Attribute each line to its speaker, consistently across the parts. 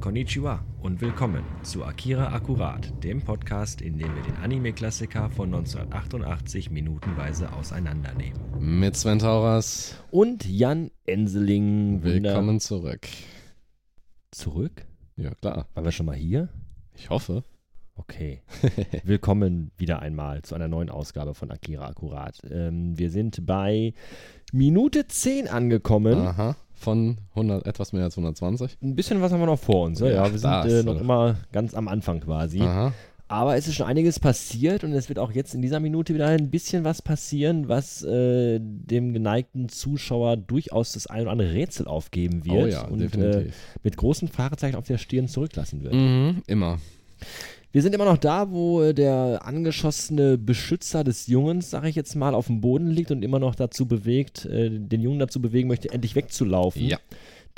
Speaker 1: Konnichiwa und willkommen zu Akira Akkurat, dem Podcast, in dem wir den Anime-Klassiker von 1988 minutenweise auseinandernehmen.
Speaker 2: Mit Sven Tauras.
Speaker 1: Und Jan Enseling, Wunder-
Speaker 2: Willkommen zurück.
Speaker 1: zurück.
Speaker 2: Ja, klar.
Speaker 1: Waren wir schon mal hier?
Speaker 2: Ich hoffe.
Speaker 1: Okay. Willkommen wieder einmal zu einer neuen Ausgabe von Akira Akkurat. Ähm, wir sind bei Minute 10 angekommen.
Speaker 2: Aha. Von 100, etwas mehr als 120.
Speaker 1: Ein bisschen was haben wir noch vor uns. Ne?
Speaker 2: Ja,
Speaker 1: Ja, wir
Speaker 2: da
Speaker 1: sind äh,
Speaker 2: ist
Speaker 1: noch
Speaker 2: er.
Speaker 1: immer ganz am Anfang quasi.
Speaker 2: Aha.
Speaker 1: Aber es ist schon einiges passiert und es wird auch jetzt in dieser Minute wieder ein bisschen was passieren, was äh, dem geneigten Zuschauer durchaus das ein oder andere Rätsel aufgeben wird
Speaker 2: oh ja,
Speaker 1: und Äh,
Speaker 2: definitiv.
Speaker 1: mit großen Fragezeichen auf der Stirn zurücklassen wird.
Speaker 2: mhm, immer.
Speaker 1: Wir sind immer noch da, wo äh, der angeschossene Beschützer des Jungens, sag ich jetzt mal, auf dem Boden liegt und immer noch dazu bewegt, äh, den Jungen dazu bewegen möchte, endlich wegzulaufen.
Speaker 2: Ja.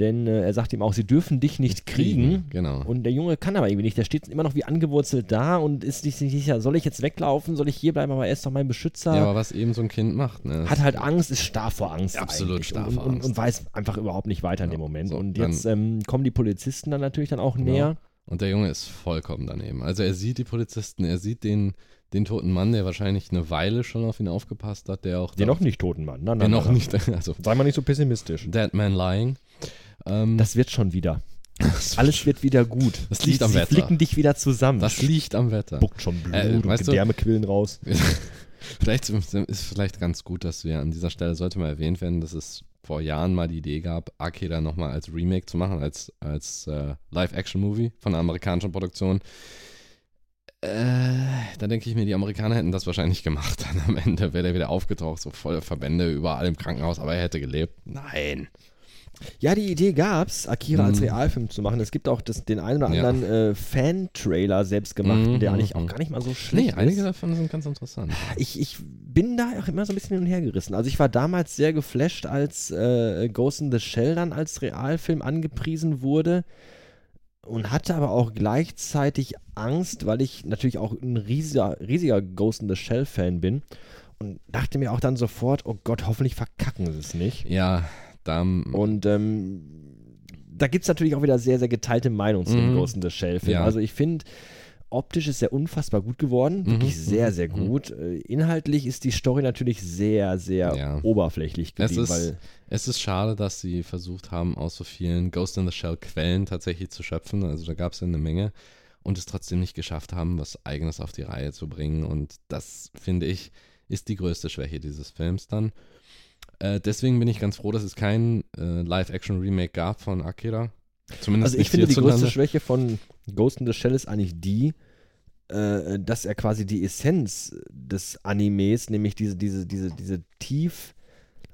Speaker 1: Denn äh, er sagt ihm auch, sie dürfen dich nicht kriegen.
Speaker 2: Genau.
Speaker 1: Und der Junge kann aber irgendwie nicht. Der steht immer noch wie angewurzelt da und ist nicht nicht sicher, soll ich jetzt weglaufen, soll ich hier bleiben, aber er ist doch mein Beschützer.
Speaker 2: ja, aber was eben so ein Kind macht, ne?
Speaker 1: hat halt Angst, ist starr vor Angst.
Speaker 2: Ja, absolut
Speaker 1: eigentlich
Speaker 2: starr
Speaker 1: und,
Speaker 2: vor
Speaker 1: und,
Speaker 2: Angst.
Speaker 1: Und weiß einfach überhaupt nicht weiter in dem Moment.
Speaker 2: so,
Speaker 1: und
Speaker 2: dann- Genau,
Speaker 1: jetzt ähm, kommen die Polizisten dann natürlich dann auch näher.
Speaker 2: Und der Junge ist vollkommen daneben. Also er sieht die Polizisten, er sieht den, den toten Mann, der wahrscheinlich eine Weile schon auf ihn aufgepasst hat, der auch
Speaker 1: Den noch nicht toten Mann. Nein, nein,
Speaker 2: genau. den noch
Speaker 1: nein,
Speaker 2: nicht, also
Speaker 1: Sei mal nicht so pessimistisch.
Speaker 2: Dead Man Lying. Ähm,
Speaker 1: Das wird schon wieder.
Speaker 2: das,
Speaker 1: Alles wird wieder gut.
Speaker 2: Das liegt
Speaker 1: sie,
Speaker 2: am
Speaker 1: sie
Speaker 2: Wetter.
Speaker 1: flicken dich wieder zusammen.
Speaker 2: das liegt am Wetter.
Speaker 1: spuckt schon Blut
Speaker 2: Äh,
Speaker 1: und
Speaker 2: weißt du-
Speaker 1: Gedärme quillen raus.
Speaker 2: vielleicht ist vielleicht ganz gut, dass wir an dieser Stelle sollte mal erwähnt werden, dass es vor Jahren mal die Idee gab, Akira nochmal als Remake zu machen, als, als äh, Live-Action-Movie von einer amerikanischen Produktion. Äh, da denke ich mir, die Amerikaner hätten das wahrscheinlich gemacht. Dann am Ende wäre der wieder aufgetaucht, so voller Verbände überall im Krankenhaus, aber er hätte gelebt. Nein.
Speaker 1: Ja, die Idee gab's, Akira als
Speaker 2: Mhm.
Speaker 1: Realfilm zu machen. Es gibt auch das, den einen oder
Speaker 2: Ja.
Speaker 1: anderen äh, Fan-Trailer selbst gemacht,
Speaker 2: Mhm,
Speaker 1: der eigentlich auch
Speaker 2: mhm.
Speaker 1: gar nicht mal so schlecht
Speaker 2: Nee, einige
Speaker 1: ist.
Speaker 2: davon sind ganz interessant.
Speaker 1: Ich, ich bin da auch immer so ein bisschen hin und her gerissen. Also ich war damals sehr geflasht, als äh, Ghost in the Shell dann als Realfilm angepriesen wurde und hatte aber auch gleichzeitig Angst, weil ich natürlich auch ein riesiger, riesiger Ghost in the Shell-Fan bin und dachte mir auch dann sofort, oh Gott, hoffentlich verkacken sie es nicht.
Speaker 2: Ja, da.
Speaker 1: Und ähm, da gibt es natürlich auch wieder sehr, sehr geteilte Meinungen zu dem
Speaker 2: Mhm.
Speaker 1: Ghost in the Shell-Film.
Speaker 2: Ja.
Speaker 1: Also ich finde, optisch ist er unfassbar gut
Speaker 2: Mhm.
Speaker 1: geworden, wirklich sehr, sehr gut. Äh, Inhaltlich ist die Story natürlich sehr, sehr
Speaker 2: Ja.
Speaker 1: oberflächlich
Speaker 2: Es
Speaker 1: geblieben,
Speaker 2: ist-
Speaker 1: weil
Speaker 2: Es ist schade, dass sie versucht haben, aus so vielen Ghost in the Shell Quellen tatsächlich zu schöpfen. Also da gab es ja eine Menge und es trotzdem nicht geschafft haben, was Eigenes auf die Reihe zu bringen. Und das, finde ich, ist die größte Schwäche dieses Films dann. Äh, deswegen bin ich ganz froh, dass es kein äh, Live-Action-Remake gab von Akira. Zumindest
Speaker 1: also
Speaker 2: nicht
Speaker 1: ich finde, die
Speaker 2: hierzulande.
Speaker 1: größte Schwäche von Ghost in the Shell ist eigentlich die, äh, dass er quasi die Essenz des Animes, nämlich diese, diese, diese, diese tief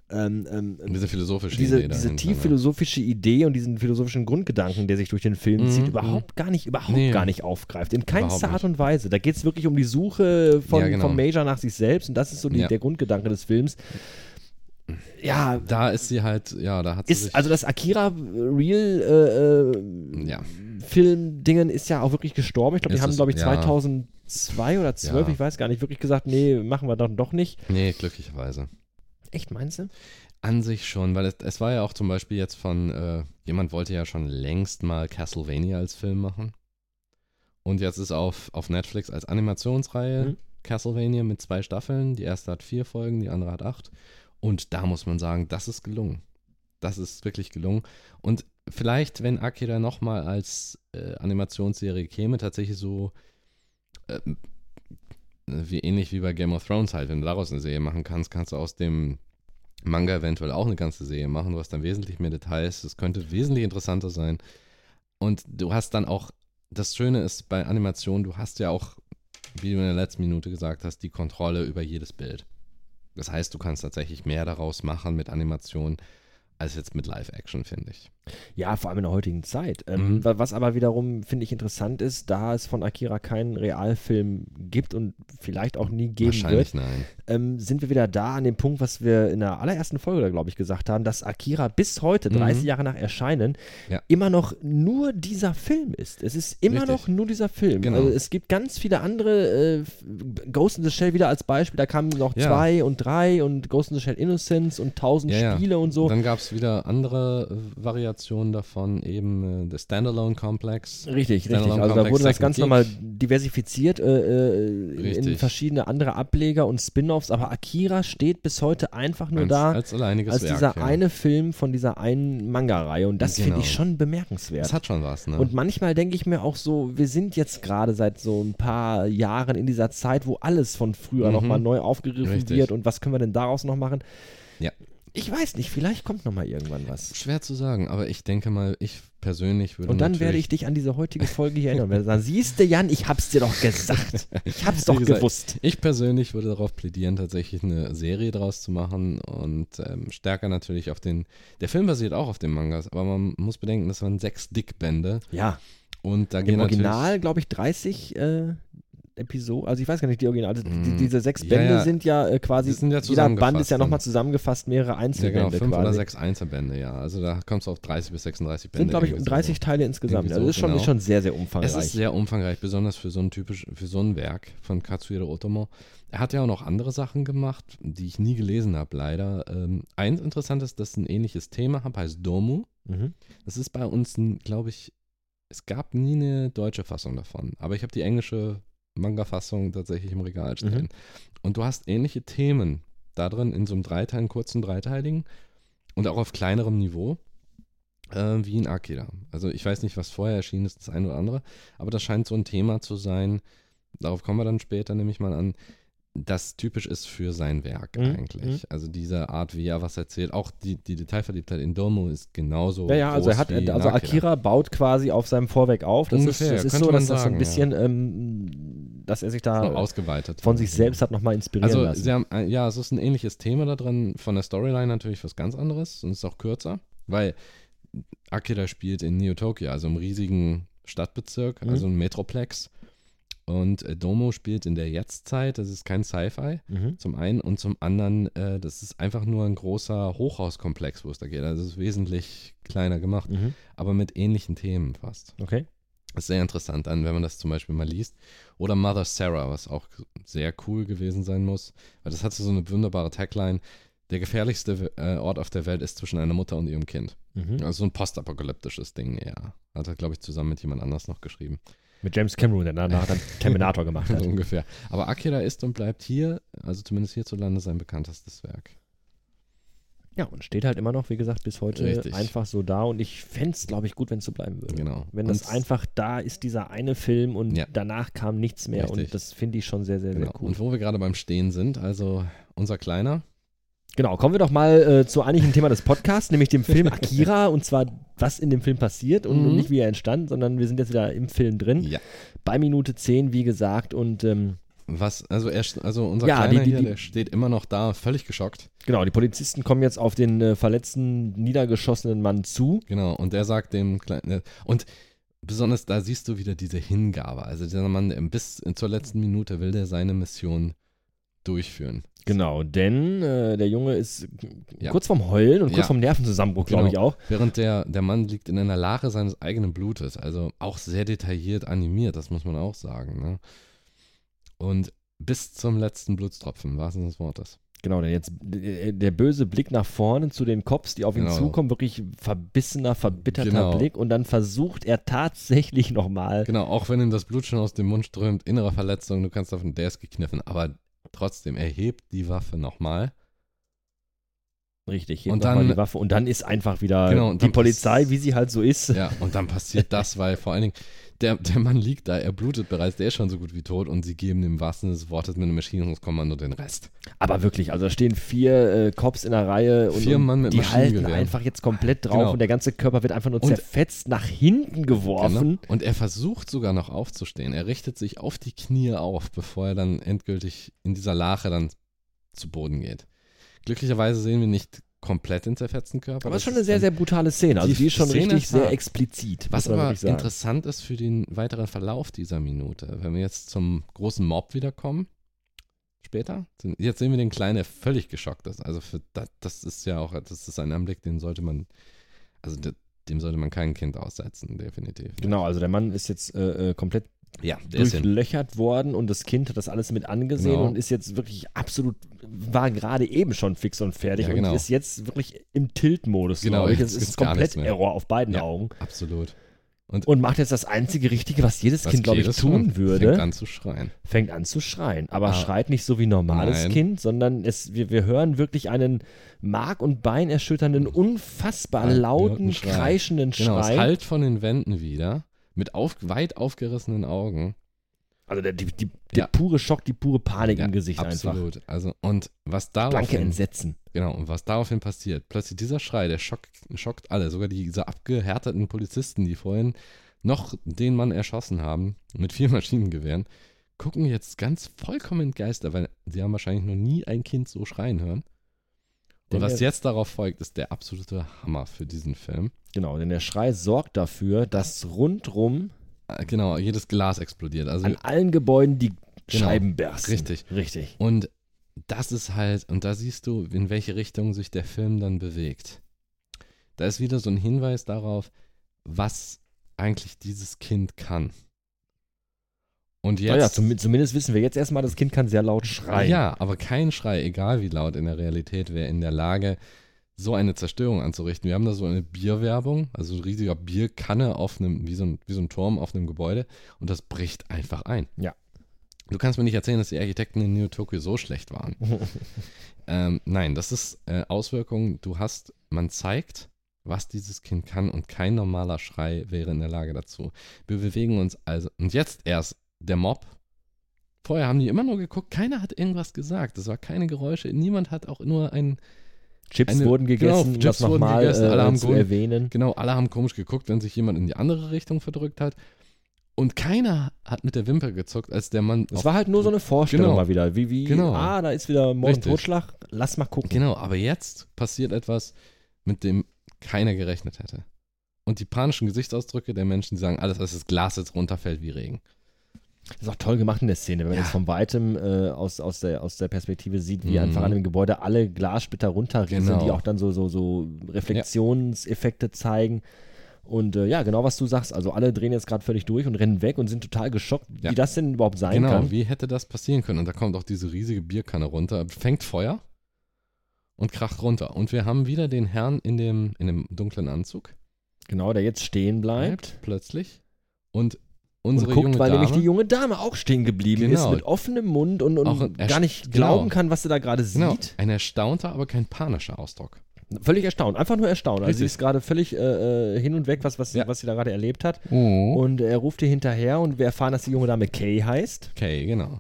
Speaker 1: ähm, ähm,
Speaker 2: Diese philosophische
Speaker 1: diese,
Speaker 2: Idee
Speaker 1: diese
Speaker 2: dahinter,
Speaker 1: tief
Speaker 2: ne?
Speaker 1: philosophische Idee und diesen philosophischen Grundgedanken, der sich durch den Film
Speaker 2: Mhm,
Speaker 1: zieht,
Speaker 2: mhm.
Speaker 1: überhaupt gar nicht, überhaupt
Speaker 2: Nee.
Speaker 1: gar nicht aufgreift. In keinster
Speaker 2: Überhaupt
Speaker 1: Art und Weise. Da geht es wirklich um die Suche von,
Speaker 2: Ja, genau.
Speaker 1: vom Major nach sich selbst und das ist so die,
Speaker 2: Ja.
Speaker 1: der Grundgedanke des Films. Ja,
Speaker 2: Da ist sie halt, ja, da hat sie
Speaker 1: ist,
Speaker 2: sich,
Speaker 1: also das Akira Real äh, äh,
Speaker 2: ja,
Speaker 1: Film-Dingen ist ja auch wirklich gestorben. Ich glaube, die
Speaker 2: Ist
Speaker 1: haben,
Speaker 2: es-
Speaker 1: glaube ich,
Speaker 2: ja.
Speaker 1: 2002 oder 12,
Speaker 2: Ja.
Speaker 1: ich weiß gar nicht, wirklich gesagt, nee, machen wir dann doch nicht.
Speaker 2: nee, glücklicherweise.
Speaker 1: Echt, meinst du?
Speaker 2: An sich schon, weil es, es war ja auch zum Beispiel jetzt von, äh, jemand wollte ja schon längst mal Castlevania als Film machen. Und jetzt ist auf, auf Netflix als Animationsreihe
Speaker 1: Mhm.
Speaker 2: Castlevania mit zwei Staffeln. Die erste hat vier Folgen, die andere hat acht. Und da muss man sagen, das ist gelungen. Das ist wirklich gelungen. Und vielleicht, wenn Akira nochmal als äh, Animationsserie käme, tatsächlich so äh, wie ähnlich wie bei Game of Thrones halt, wenn du daraus eine Serie machen kannst, kannst du aus dem Manga eventuell auch eine ganze Serie machen. Du hast dann wesentlich mehr Details. Es könnte wesentlich interessanter sein. Und du hast dann auch, das Schöne ist bei Animation, du hast ja auch, wie du in der letzten Minute gesagt hast, die Kontrolle über jedes Bild. Das heißt, du kannst tatsächlich mehr daraus machen mit Animation als jetzt mit Live-Action, finde ich.
Speaker 1: Ja, vor allem in der heutigen Zeit. Ähm,
Speaker 2: Mhm.
Speaker 1: wa- Was aber wiederum, finde ich, interessant ist, da es von Akira keinen Realfilm gibt und vielleicht auch nie geben wird,
Speaker 2: Wahrscheinlich nein.
Speaker 1: ähm, sind wir wieder da an dem Punkt, was wir in der allerersten Folge, glaube ich, gesagt haben, dass Akira bis heute, 30 Jahre nach Erscheinen,
Speaker 2: Mhm. Ja.
Speaker 1: immer noch nur dieser Film ist. Es ist immer
Speaker 2: Richtig.
Speaker 1: noch nur dieser Film.
Speaker 2: Genau.
Speaker 1: Also es gibt ganz viele andere, äh, F- Ghost in the Shell wieder als Beispiel, da kamen noch
Speaker 2: Ja.
Speaker 1: zwei und drei und Ghost in the Shell Innocence und tausend
Speaker 2: Ja, ja.
Speaker 1: Spiele und so.
Speaker 2: Dann gab es wieder andere äh, Variationen davon, eben äh, der Standalone Complex.
Speaker 1: Richtig, richtig.
Speaker 2: Standalone
Speaker 1: Also da
Speaker 2: Complex
Speaker 1: wurde das
Speaker 2: Second
Speaker 1: Ganze
Speaker 2: Gig.
Speaker 1: nochmal diversifiziert äh, äh, in- in
Speaker 2: Richtig.
Speaker 1: verschiedene andere Ableger und Spin-offs, aber Akira steht bis heute einfach nur
Speaker 2: als,
Speaker 1: da als,
Speaker 2: als alleiniges Werk.
Speaker 1: dieser
Speaker 2: ja.
Speaker 1: eine Film von dieser einen Manga-Reihe und das finde
Speaker 2: Genau.
Speaker 1: ich schon
Speaker 2: Das
Speaker 1: bemerkenswert.
Speaker 2: hat schon was, ne?
Speaker 1: Und manchmal denke ich mir auch so, wir sind jetzt gerade seit so ein paar Jahren in dieser Zeit, wo alles von früher
Speaker 2: Mhm.
Speaker 1: nochmal neu aufgegriffen
Speaker 2: Richtig.
Speaker 1: wird und was können wir denn daraus noch machen?
Speaker 2: Ja.
Speaker 1: Ich weiß nicht, vielleicht kommt nochmal irgendwann was.
Speaker 2: Schwer zu sagen, aber ich denke mal, ich persönlich würde
Speaker 1: Und dann
Speaker 2: natürlich
Speaker 1: werde ich dich an diese heutige Folge hier erinnern. Werde sagen, siehst du, Jan, ich hab's dir doch gesagt. Ich hab's doch
Speaker 2: Wie gesagt,
Speaker 1: gewusst.
Speaker 2: Ich persönlich würde darauf plädieren, tatsächlich eine Serie draus zu machen und ähm, stärker natürlich auf den. Der Film basiert auch auf den Mangas, aber man muss bedenken, das waren sechs Dickbände
Speaker 1: Ja,
Speaker 2: und da
Speaker 1: im
Speaker 2: gehen
Speaker 1: Original, glaube ich, 30 äh, Episoden. Also ich weiß gar nicht, die Original. Also die,
Speaker 2: Mm,
Speaker 1: diese sechs
Speaker 2: ja,
Speaker 1: Bände
Speaker 2: ja.
Speaker 1: sind ja äh, quasi,
Speaker 2: Die sind ja
Speaker 1: jeder Band ist
Speaker 2: zusammengefasst
Speaker 1: ja nochmal
Speaker 2: dann.
Speaker 1: zusammengefasst, mehrere
Speaker 2: natürlich
Speaker 1: Einzelbände
Speaker 2: ja, genau, fünf
Speaker 1: quasi.
Speaker 2: oder sechs Einzelbände, ja. Also da kommst du auf 30 bis 36 Bände.
Speaker 1: sind, glaube ich, um
Speaker 2: irgendwie so.
Speaker 1: 30 Teile insgesamt.
Speaker 2: Irgendwie
Speaker 1: Also
Speaker 2: so,
Speaker 1: das ist schon, ist
Speaker 2: genau.
Speaker 1: schon sehr, sehr
Speaker 2: Es ist
Speaker 1: umfangreich.
Speaker 2: sehr umfangreich, besonders für so ein typisch, für so ein Werk von Katsuhiro Otomo. Er hat ja auch noch andere Sachen gemacht, die ich nie gelesen habe, leider. Ähm, eins interessantes, das ein ähnliches Thema habe, heißt Domu.
Speaker 1: Mhm.
Speaker 2: Das ist bei uns, glaube ich, es gab nie eine deutsche Fassung davon, aber ich habe die englische Manga-Fassung tatsächlich im Regal stehen.
Speaker 1: Mhm.
Speaker 2: Und du hast ähnliche Themen da drin in so einem dreiteiligen, kurzen dreiteiligen und auch auf kleinerem Niveau äh, wie in Akira. Also ich weiß nicht, was vorher erschienen ist, das eine oder andere, aber das scheint so ein Thema zu sein. Darauf kommen wir dann später, nehme ich mal an, das typisch ist für sein Werk
Speaker 1: Mhm,
Speaker 2: eigentlich. Also diese Art, wie er was erzählt, auch die, die Detailverliebtheit in Domo ist genauso.
Speaker 1: Ja, ja, also, er
Speaker 2: groß
Speaker 1: hat,
Speaker 2: wie in
Speaker 1: also Akira baut quasi auf seinem Vorweg auf. Das
Speaker 2: Ungefähr,
Speaker 1: ist, das ist
Speaker 2: könnte
Speaker 1: so,
Speaker 2: man
Speaker 1: dass das so ein
Speaker 2: sagen,
Speaker 1: bisschen, ähm, dass er sich da
Speaker 2: Noch ausgeweitet.
Speaker 1: von sich selbst hat nochmal inspirieren
Speaker 2: Also,
Speaker 1: lassen.
Speaker 2: sie haben, ein- ja, es ist ein ähnliches Thema da drin. Von der Storyline natürlich was ganz anderes und ist auch kürzer, weil Akira spielt in Neo-Tokyo, also im riesigen Stadtbezirk,
Speaker 1: Mhm.
Speaker 2: also ein Metroplex. Und äh, Domo spielt in der Jetztzeit, das ist kein Sci-Fi.
Speaker 1: mhm.
Speaker 2: Zum einen und zum anderen, äh, das ist einfach nur ein großer Hochhauskomplex, wo es da geht. Also es ist wesentlich kleiner gemacht,
Speaker 1: Mhm.
Speaker 2: aber mit ähnlichen Themen fast.
Speaker 1: Okay.
Speaker 2: Ist sehr interessant dann, wenn man das zum Beispiel mal liest. Oder Mother Sarah, was auch sehr cool gewesen sein muss, weil das hatte so eine wunderbare Tagline. Der gefährlichste äh, Ort auf der Welt ist zwischen einer Mutter und ihrem Kind.
Speaker 1: Mhm.
Speaker 2: Also so ein postapokalyptisches Ding, ja. Hat er, glaube ich, zusammen mit jemand anders noch geschrieben.
Speaker 1: Mit James Cameron, der danach dann Terminator gemacht hat.
Speaker 2: So ungefähr. Aber Akira ist und bleibt hier, also zumindest hierzulande, sein bekanntestes Werk.
Speaker 1: Ja, und steht halt immer noch, wie gesagt, bis heute
Speaker 2: Richtig.
Speaker 1: einfach so da. Und ich fände es, glaube ich, gut, wenn es so bleiben würde.
Speaker 2: Genau.
Speaker 1: Wenn
Speaker 2: Und
Speaker 1: das einfach da ist, dieser eine Film und
Speaker 2: Ja.
Speaker 1: danach kam nichts mehr.
Speaker 2: Richtig.
Speaker 1: Und das finde ich schon sehr, sehr,
Speaker 2: Genau.
Speaker 1: sehr cool.
Speaker 2: Und wo wir gerade beim Stehen sind, also unser Kleiner,
Speaker 1: Genau, kommen wir doch mal äh, zu eigentlichen Thema des Podcasts, nämlich dem Film Akira. und zwar, was in dem Film passiert und
Speaker 2: Mhm.
Speaker 1: nicht, wie er entstand, sondern wir sind jetzt wieder im Film drin.
Speaker 2: Ja.
Speaker 1: Bei Minute 10, wie gesagt. Und ähm,
Speaker 2: was, also er, also unser
Speaker 1: Ja, die-
Speaker 2: Kleiner
Speaker 1: die-
Speaker 2: hier,
Speaker 1: die-
Speaker 2: der steht immer noch da, völlig geschockt.
Speaker 1: genau, die Polizisten kommen jetzt auf den äh, verletzten, niedergeschossenen Mann zu.
Speaker 2: Genau, und er sagt dem Kleinen, äh, und besonders da siehst du wieder diese Hingabe. Also dieser Mann, der bis zur letzten Minute will der seine Mission durchführen.
Speaker 1: Genau, denn äh, der Junge ist
Speaker 2: Ja.
Speaker 1: kurz vorm Heulen und kurz
Speaker 2: Ja.
Speaker 1: vorm Nervenzusammenbruch, glaube ich
Speaker 2: Genau.
Speaker 1: auch.
Speaker 2: Während der, der Mann liegt in einer Lache seines eigenen Blutes, also auch sehr detailliert animiert, das muss man auch sagen. Ne? Und bis zum letzten Blutstropfen, im wahrsten Sinne des Wortes.
Speaker 1: Genau, der jetzt der der böse Blick nach vorne zu den Cops, die auf ihn
Speaker 2: Genau.
Speaker 1: zukommen, wirklich verbissener, verbitterter
Speaker 2: Genau.
Speaker 1: Blick und dann versucht er tatsächlich nochmal.
Speaker 2: Genau, auch wenn ihm das Blut schon aus dem Mund strömt, innere Verletzung, du kannst davon, der ist gekniffen, aber trotzdem, er hebt die Waffe nochmal.
Speaker 1: Richtig, hebt
Speaker 2: Und
Speaker 1: noch mal
Speaker 2: dann-
Speaker 1: die Waffe und dann ist einfach wieder
Speaker 2: Genau, und
Speaker 1: die
Speaker 2: dann-
Speaker 1: Polizei, wie sie halt so ist.
Speaker 2: Ja, und dann passiert das, weil vor allen Dingen der, der Mann liegt da, er blutet bereits, der ist schon so gut wie tot und sie geben dem wahrsten Sinne des Wortes mit einem Maschinenkommando den Rest.
Speaker 1: Aber wirklich, also da stehen vier äh, Cops in der Reihe und,
Speaker 2: Vier Mann mit
Speaker 1: die halten
Speaker 2: Maschinengewehren.
Speaker 1: einfach jetzt komplett drauf
Speaker 2: Genau.
Speaker 1: und der ganze Körper wird einfach nur
Speaker 2: Und- Genau.
Speaker 1: zerfetzt nach hinten geworfen.
Speaker 2: Und er versucht sogar noch aufzustehen. Er richtet sich auf die Knie auf, bevor er dann endgültig in dieser Lache dann zu Boden geht. Glücklicherweise sehen wir nicht komplett den zerfetzten Körper.
Speaker 1: Aber das ist schon
Speaker 2: ist
Speaker 1: eine sehr,
Speaker 2: dann-
Speaker 1: sehr brutale Szene. Also die,
Speaker 2: Die
Speaker 1: ist schon
Speaker 2: Szene
Speaker 1: richtig
Speaker 2: ist
Speaker 1: sehr
Speaker 2: hart.
Speaker 1: explizit.
Speaker 2: Was
Speaker 1: muss man
Speaker 2: aber
Speaker 1: wirklich sagen.
Speaker 2: interessant ist für den weiteren Verlauf dieser Minute, wenn wir jetzt zum großen Mob wiederkommen, später, sind- jetzt sehen wir den Kleinen, der völlig geschockt ist. Also für das, das ist ja auch, das ist ein Anblick, den sollte man, also de- dem sollte man kein Kind aussetzen, definitiv.
Speaker 1: Genau, also der Mann ist jetzt äh, äh, komplett
Speaker 2: Ja, der ist hin.
Speaker 1: durchlöchert worden und das Kind hat das alles mit angesehen
Speaker 2: Genau.
Speaker 1: und ist jetzt wirklich absolut, war gerade eben schon fix und fertig
Speaker 2: Ja, genau.
Speaker 1: und ist jetzt wirklich im Tilt-Modus.
Speaker 2: Genau,
Speaker 1: glaub ich.
Speaker 2: jetzt
Speaker 1: es ist
Speaker 2: gibt's gar nichts
Speaker 1: komplett
Speaker 2: mehr.
Speaker 1: Error auf beiden
Speaker 2: Ja.
Speaker 1: Augen
Speaker 2: Absolut.
Speaker 1: und macht jetzt das einzige Richtige, was jedes
Speaker 2: Was
Speaker 1: Kind, glaube ich,
Speaker 2: jedes
Speaker 1: tun
Speaker 2: Kind
Speaker 1: würde.
Speaker 2: Fängt an zu schreien.
Speaker 1: fängt an zu schreien. Aber
Speaker 2: Ah.
Speaker 1: schreit nicht so wie normales
Speaker 2: Nein.
Speaker 1: Kind, sondern es, wir, wir hören wirklich einen mark- und beinerschütternden, unfassbar
Speaker 2: Einen
Speaker 1: lauten,
Speaker 2: lauten Schrei.
Speaker 1: kreischenden
Speaker 2: Halt, Genau, es
Speaker 1: Schrei.
Speaker 2: halt von den Wänden wieder. Mit auf, weit aufgerissenen Augen.
Speaker 1: also der, die, die, der
Speaker 2: Ja.
Speaker 1: pure Schock, die pure Panik im Gesicht einfach.
Speaker 2: absolut. Also, und was
Speaker 1: Blanke
Speaker 2: daraufhin,
Speaker 1: Entsetzen.
Speaker 2: genau, und was daraufhin passiert, plötzlich dieser Schrei, der schock, schockt alle, sogar diese abgehärteten Polizisten, die vorhin noch den Mann erschossen haben, mit vier Maschinengewehren, gucken jetzt ganz vollkommen entgeistert, weil sie haben wahrscheinlich noch nie ein Kind so schreien hören. Und
Speaker 1: Denn
Speaker 2: was
Speaker 1: der-
Speaker 2: jetzt darauf folgt, ist der absolute Hammer für diesen Film.
Speaker 1: Genau, denn der Schrei sorgt dafür, dass rundrum
Speaker 2: Äh, Genau, jedes Glas explodiert. Also
Speaker 1: an allen Gebäuden die
Speaker 2: Genau,
Speaker 1: Scheiben bersten.
Speaker 2: richtig.
Speaker 1: Richtig.
Speaker 2: Und das ist halt, und da siehst du, in welche Richtung sich der Film dann bewegt. Da ist wieder so ein Hinweis darauf, was eigentlich dieses Kind kann. Und jetzt.
Speaker 1: Naja, Oh zum, zumindest wissen wir jetzt erstmal, das Kind kann sehr laut schreien.
Speaker 2: Ja, aber kein Schrei, egal wie laut in der Realität, wäre in der Lage, so eine Zerstörung anzurichten. Wir haben da so eine Bierwerbung, also ein riesiger Bierkanne auf einem, wie so ein, wie so ein Turm auf einem Gebäude und das bricht einfach ein.
Speaker 1: Ja.
Speaker 2: Du kannst mir nicht erzählen, dass die Architekten in Neo Tokyo so schlecht waren. ähm, nein, das ist äh, Auswirkungen. Du hast, man zeigt, was dieses Kind kann und kein normaler Schrei wäre in der Lage dazu. Wir bewegen uns also. Und jetzt erst der Mob. Vorher haben die immer nur geguckt, keiner hat irgendwas gesagt. Es war keine Geräusche. Niemand hat auch nur einen.
Speaker 1: Chips
Speaker 2: Eine-
Speaker 1: wurden
Speaker 2: genau,
Speaker 1: gegessen, um
Speaker 2: Chips
Speaker 1: das
Speaker 2: wurden
Speaker 1: nochmal
Speaker 2: gegessen, alle
Speaker 1: äh,
Speaker 2: haben
Speaker 1: zu
Speaker 2: Grund.
Speaker 1: erwähnen.
Speaker 2: Genau, alle haben komisch geguckt, wenn sich jemand in die andere Richtung verdrückt hat. Und keiner hat mit der Wimper gezuckt, als der Mann.
Speaker 1: Es
Speaker 2: auf-
Speaker 1: war halt nur so eine Vorstellung
Speaker 2: Genau.
Speaker 1: mal wieder, wie, wie
Speaker 2: Genau.
Speaker 1: ah, da ist wieder Mord und
Speaker 2: Richtig.
Speaker 1: Totschlag, lass mal gucken.
Speaker 2: Genau, aber jetzt passiert etwas, mit dem keiner gerechnet hätte. Und die panischen Gesichtsausdrücke der Menschen, die sagen, alles, dass das Glas jetzt runterfällt wie Regen.
Speaker 1: Das ist auch toll gemacht in der Szene, wenn man
Speaker 2: Ja.
Speaker 1: jetzt von Weitem äh, aus, aus, der, aus der Perspektive sieht, wie
Speaker 2: Mhm.
Speaker 1: einfach an dem Gebäude alle Glassplitter runterrieseln,
Speaker 2: Genau.
Speaker 1: die auch dann so, so, so Reflexionseffekte zeigen. Und äh, ja, genau was du sagst. Also alle drehen jetzt gerade völlig durch und rennen weg und sind total geschockt,
Speaker 2: Ja.
Speaker 1: wie das denn überhaupt sein
Speaker 2: genau,
Speaker 1: kann.
Speaker 2: wie hätte das passieren können? Und da kommt auch diese riesige Bierkanne runter, fängt Feuer und kracht runter. Und wir haben wieder den Herrn in dem, in dem dunklen Anzug.
Speaker 1: Genau, der jetzt stehen bleibt.
Speaker 2: Plötzlich. Und
Speaker 1: Und
Speaker 2: unsere
Speaker 1: guckt,
Speaker 2: junge
Speaker 1: weil
Speaker 2: Dame,
Speaker 1: nämlich die junge Dame auch stehen geblieben ist,
Speaker 2: Genau.
Speaker 1: mit offenem Mund und,
Speaker 2: Auch
Speaker 1: und
Speaker 2: ein
Speaker 1: gar
Speaker 2: erst-
Speaker 1: nicht
Speaker 2: genau.
Speaker 1: glauben kann, was sie da gerade sieht.
Speaker 2: genau, ein erstaunter, aber kein panischer Ausdruck.
Speaker 1: Völlig erstaunt, einfach nur erstaunt. Also sie
Speaker 2: Richtig.
Speaker 1: ist gerade völlig äh, äh, hin und weg, was, was,
Speaker 2: Ja.
Speaker 1: was sie da gerade erlebt hat.
Speaker 2: Oh.
Speaker 1: Und er ruft ihr hinterher und wir erfahren, dass die junge Dame Kay heißt.
Speaker 2: Okay, genau.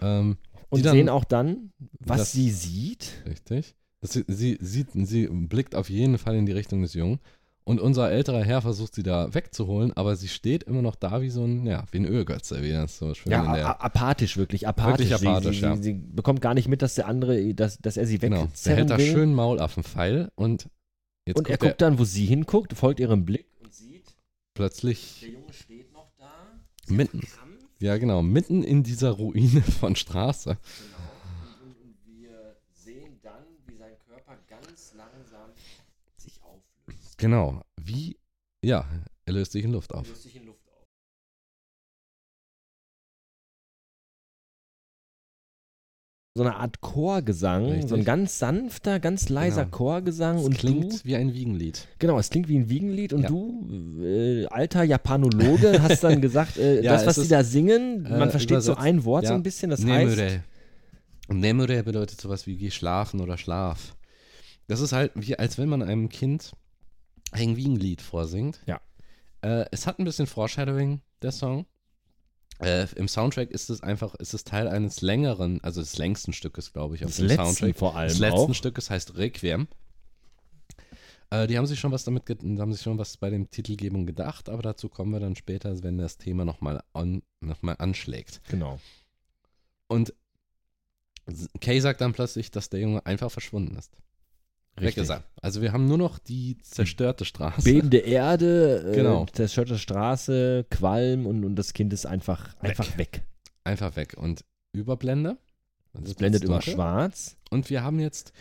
Speaker 2: Ähm,
Speaker 1: Und
Speaker 2: Die dann-
Speaker 1: sehen auch dann, was
Speaker 2: Das-
Speaker 1: sie sieht.
Speaker 2: Richtig. Das, sie, sie, sieht, sie blickt auf jeden Fall in die Richtung des Jungen. Und unser älterer Herr versucht sie da wegzuholen, aber sie steht immer noch da wie so ein, ja, wie ein Ölgötze, wie das so schön in
Speaker 1: Ja, ah,
Speaker 2: der.
Speaker 1: a- apathisch, wirklich apathisch.
Speaker 2: Wirklich apathisch,
Speaker 1: sie, sie,
Speaker 2: ja.
Speaker 1: sie, sie bekommt gar nicht mit, dass der andere, dass, dass er sie
Speaker 2: Genau.
Speaker 1: wegzerren
Speaker 2: Der hält da
Speaker 1: will.
Speaker 2: schön Maulaffenpfeil und jetzt
Speaker 1: und
Speaker 2: guckt
Speaker 1: er guckt dann, wo sie hinguckt, folgt ihrem Blick und sieht,
Speaker 2: plötzlich
Speaker 1: Junge steht noch da.
Speaker 2: mitten,
Speaker 1: Krampf.
Speaker 2: ja genau, mitten in dieser Ruine von Straße.
Speaker 1: Und, und wir sehen dann, wie sein Körper ganz langsam sich auflöst.
Speaker 2: Genau. Wie, ja, er löst sich in Luft auf.
Speaker 1: sich in Luft auf. So eine Art Chorgesang, so ein
Speaker 2: Richtig.
Speaker 1: ganz sanfter, ganz leiser
Speaker 2: Genau.
Speaker 1: Chorgesang
Speaker 2: Es
Speaker 1: und
Speaker 2: klingt
Speaker 1: du,
Speaker 2: wie ein Wiegenlied.
Speaker 1: genau, es knologe wie ein Wiegenlied und
Speaker 2: Ja.
Speaker 1: du, äh, alter Japanologe, hast dann gesagt, äh,
Speaker 2: Ja,
Speaker 1: das,
Speaker 2: es
Speaker 1: was die
Speaker 2: ist,
Speaker 1: da singen,
Speaker 2: äh,
Speaker 1: man versteht so
Speaker 2: übersetzt,
Speaker 1: ein Wort so
Speaker 2: ja,
Speaker 1: ein bisschen, das heißt,
Speaker 2: Nemure. Und Nemure bedeutet sowas wie geh schlafen oder schlaf. Das ist halt wie, als wenn man einem Kind ein Wiegenlied vorsingt.
Speaker 1: Ja.
Speaker 2: Äh, es hat ein bisschen Foreshadowing, der Song. Äh, Im Soundtrack ist es einfach, ist es Teil eines längeren, also des längsten Stückes, glaube ich, auf
Speaker 1: das
Speaker 2: dem
Speaker 1: letzte
Speaker 2: Soundtrack.
Speaker 1: vor allem auch.
Speaker 2: Des letzten Stückes heißt Requiem. Äh, die haben sich schon was damit, ge- da haben sich schon was bei dem Titelgebung gedacht, aber dazu kommen wir dann später, wenn das Thema nochmal on, noch mal anschlägt.
Speaker 1: Genau.
Speaker 2: Und S- Kay sagt dann plötzlich, dass der Junge einfach verschwunden ist. Weg
Speaker 1: Richtig.
Speaker 2: ist er. Also wir haben nur noch die zerstörte Straße.
Speaker 1: Bebende Erde,
Speaker 2: Genau.
Speaker 1: äh, zerstörte Straße, Qualm und, und das Kind ist einfach, einfach weg.
Speaker 2: Einfach weg. Und Überblende. Also
Speaker 1: Es blendet
Speaker 2: ist
Speaker 1: immer
Speaker 2: dunkel.
Speaker 1: schwarz.
Speaker 2: Und wir haben jetzt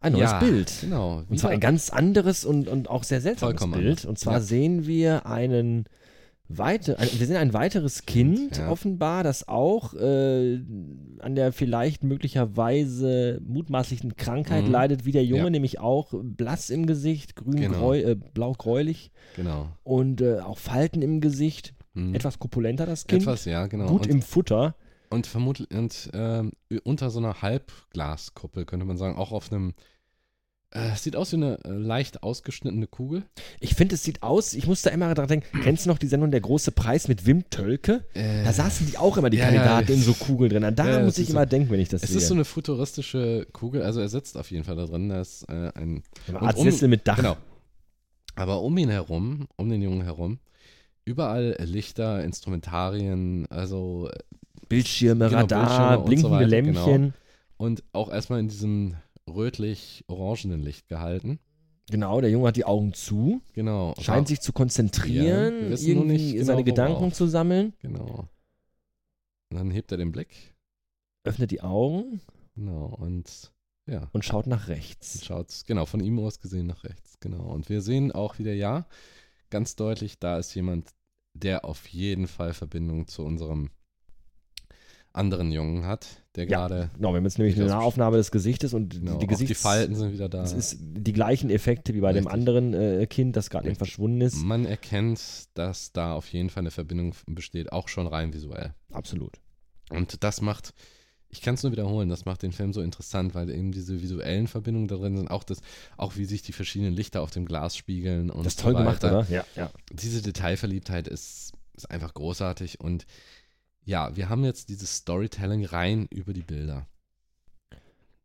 Speaker 1: Ein neues
Speaker 2: Ja,
Speaker 1: Bild.
Speaker 2: Genau.
Speaker 1: Und zwar ein ganz anderes und, und auch sehr seltsames
Speaker 2: Vollkommen
Speaker 1: Bild.
Speaker 2: anders.
Speaker 1: Und zwar
Speaker 2: Ja.
Speaker 1: sehen wir einen Weite, ein- wir sehen ein weiteres Kind
Speaker 2: Ja.
Speaker 1: offenbar, das auch äh, an der vielleicht möglicherweise mutmaßlichen Krankheit
Speaker 2: Mhm.
Speaker 1: leidet, wie der Junge,
Speaker 2: Ja.
Speaker 1: nämlich auch blass im Gesicht, grün,
Speaker 2: Genau.
Speaker 1: gräu, äh, blau-gräulich
Speaker 2: Genau.
Speaker 1: und äh, auch Falten im Gesicht.
Speaker 2: Mhm.
Speaker 1: Etwas korpulenter das Kind,
Speaker 2: Etwas, ja, genau.
Speaker 1: gut
Speaker 2: und,
Speaker 1: im Futter.
Speaker 2: und vermutlich und, ähm, unter so einer Halbglaskuppel könnte man sagen, auch auf einem. Äh, es sieht aus wie eine äh, leicht ausgeschnittene Kugel.
Speaker 1: Ich finde, es sieht aus, ich muss da immer dran denken, kennst du noch die Sendung Der große Preis mit Wim Tölke? Da saßen die auch immer, die
Speaker 2: Ja, ja,
Speaker 1: Kandidaten,
Speaker 2: ja.
Speaker 1: in so Kugeln drin. An Da
Speaker 2: Ja, ja,
Speaker 1: muss
Speaker 2: das
Speaker 1: ich
Speaker 2: ist
Speaker 1: immer denken, wenn ich das
Speaker 2: es
Speaker 1: sehe.
Speaker 2: ist so eine futuristische Kugel, also er sitzt auf jeden Fall da drin. Da ist äh, ein
Speaker 1: eine
Speaker 2: und
Speaker 1: Art
Speaker 2: um-
Speaker 1: Sessel mit Dach.
Speaker 2: Genau. Aber um ihn herum, um den Jungen herum, überall Lichter, Instrumentarien, also
Speaker 1: Bildschirme,
Speaker 2: Genau,
Speaker 1: Radar,
Speaker 2: Bildschirme und so
Speaker 1: blinkende
Speaker 2: weiter,
Speaker 1: Lämpchen. Genau.
Speaker 2: und auch erstmal in diesem rötlich-orangenen Licht gehalten.
Speaker 1: Genau, der Junge hat die Augen zu,
Speaker 2: Genau.
Speaker 1: scheint sich zu
Speaker 2: Ja,
Speaker 1: konzentrieren,
Speaker 2: wir wissen nur
Speaker 1: irgendwie
Speaker 2: nicht genau,
Speaker 1: seine
Speaker 2: worauf.
Speaker 1: Gedanken zu sammeln,
Speaker 2: Genau. Und dann hebt er den Blick.
Speaker 1: öffnet die Augen
Speaker 2: Genau. Und ja.
Speaker 1: und schaut nach
Speaker 2: Und
Speaker 1: rechts.
Speaker 2: schaut, genau, von ihm aus gesehen nach rechts. Genau. Und wir sehen auch wieder, ja, ganz deutlich, da ist jemand, der auf jeden Fall Verbindung zu unserem anderen Jungen hat, der
Speaker 1: Ja.
Speaker 2: gerade.
Speaker 1: Genau, wir haben jetzt nämlich
Speaker 2: Sieht
Speaker 1: eine
Speaker 2: aus-
Speaker 1: Nahaufnahme des Gesichtes und
Speaker 2: Genau,
Speaker 1: die
Speaker 2: auch die
Speaker 1: Gesichts...
Speaker 2: Falten sind wieder da.
Speaker 1: Es ist die gleichen Effekte wie bei dem
Speaker 2: Richtig.
Speaker 1: anderen äh, Kind, das gerade eben
Speaker 2: Richtig. Mhm.
Speaker 1: verschwunden ist.
Speaker 2: Man erkennt, dass da auf jeden Fall eine Verbindung f- besteht, auch schon rein visuell.
Speaker 1: Absolut.
Speaker 2: Und das macht, ich kann es nur wiederholen, das macht den Film so interessant, weil eben diese visuellen Verbindungen da drin sind, auch das, auch wie sich die verschiedenen Lichter auf dem Glas spiegeln und
Speaker 1: Das ist
Speaker 2: so
Speaker 1: toll gemacht,
Speaker 2: weiter.
Speaker 1: oder? Ja, ja.
Speaker 2: Diese Detailverliebtheit ist, ist einfach großartig und ja, wir haben jetzt dieses Storytelling rein über die Bilder.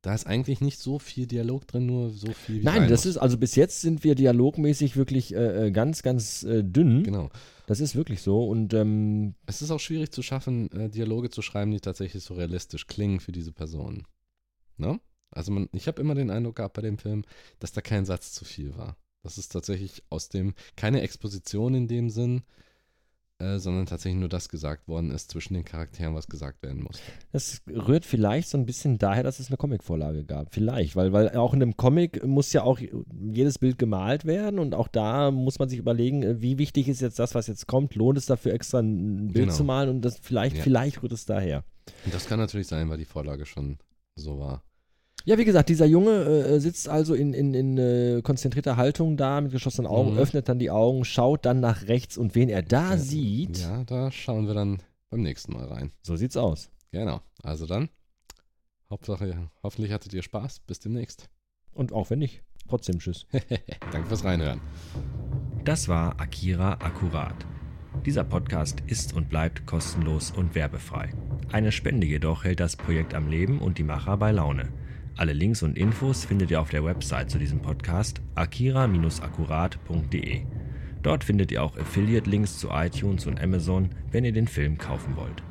Speaker 2: Da ist eigentlich nicht so viel Dialog drin, nur so viel wie
Speaker 1: Nein,
Speaker 2: rein
Speaker 1: das
Speaker 2: muss.
Speaker 1: ist, also bis jetzt sind wir dialogmäßig wirklich äh, äh, ganz, ganz äh, dünn.
Speaker 2: Genau.
Speaker 1: Das ist wirklich so. Und ähm,
Speaker 2: Es ist auch schwierig zu schaffen, äh, Dialoge zu schreiben, die tatsächlich so realistisch klingen für diese Person. Ne? Also man, ich habe immer den Eindruck gehabt bei dem Film, dass da kein Satz zu viel war. Das ist tatsächlich aus dem, keine Exposition in dem Sinn, äh, sondern tatsächlich nur das gesagt worden ist zwischen den Charakteren, was gesagt werden muss.
Speaker 1: das rührt vielleicht so ein bisschen daher, dass es eine Comicvorlage gab. Vielleicht, weil, weil auch in einem Comic muss ja auch jedes Bild gemalt werden und auch da muss man sich überlegen, äh, wie wichtig ist jetzt das, was jetzt kommt. Lohnt es dafür extra ein Bild
Speaker 2: Genau.
Speaker 1: zu malen und das vielleicht,
Speaker 2: Ja.
Speaker 1: vielleicht rührt es daher.
Speaker 2: Und das kann natürlich sein, weil die Vorlage schon so war.
Speaker 1: Ja, wie gesagt, dieser Junge äh, sitzt also in, in, in äh, konzentrierter Haltung da mit geschlossenen Augen,
Speaker 2: Mhm.
Speaker 1: öffnet dann die Augen, schaut dann nach rechts und wen er da
Speaker 2: Ja,
Speaker 1: Ah, sieht,
Speaker 2: Ja, da schauen wir dann beim nächsten Mal rein.
Speaker 1: so sieht's aus.
Speaker 2: Genau. Also dann, Hauptsache, hoffentlich hattet ihr Spaß. Bis demnächst.
Speaker 1: Und auch wenn nicht, trotzdem tschüss.
Speaker 2: Danke fürs Reinhören.
Speaker 3: Das war Akira Akkurat. Dieser Podcast ist und bleibt kostenlos und werbefrei. Eine Spende jedoch hält das Projekt am Leben und die Macher bei Laune. Alle Links und Infos findet ihr auf der Website zu diesem Podcast akira-akkurat.de. Dort findet ihr auch Affiliate-Links zu iTunes und Amazon, wenn ihr den Film kaufen wollt.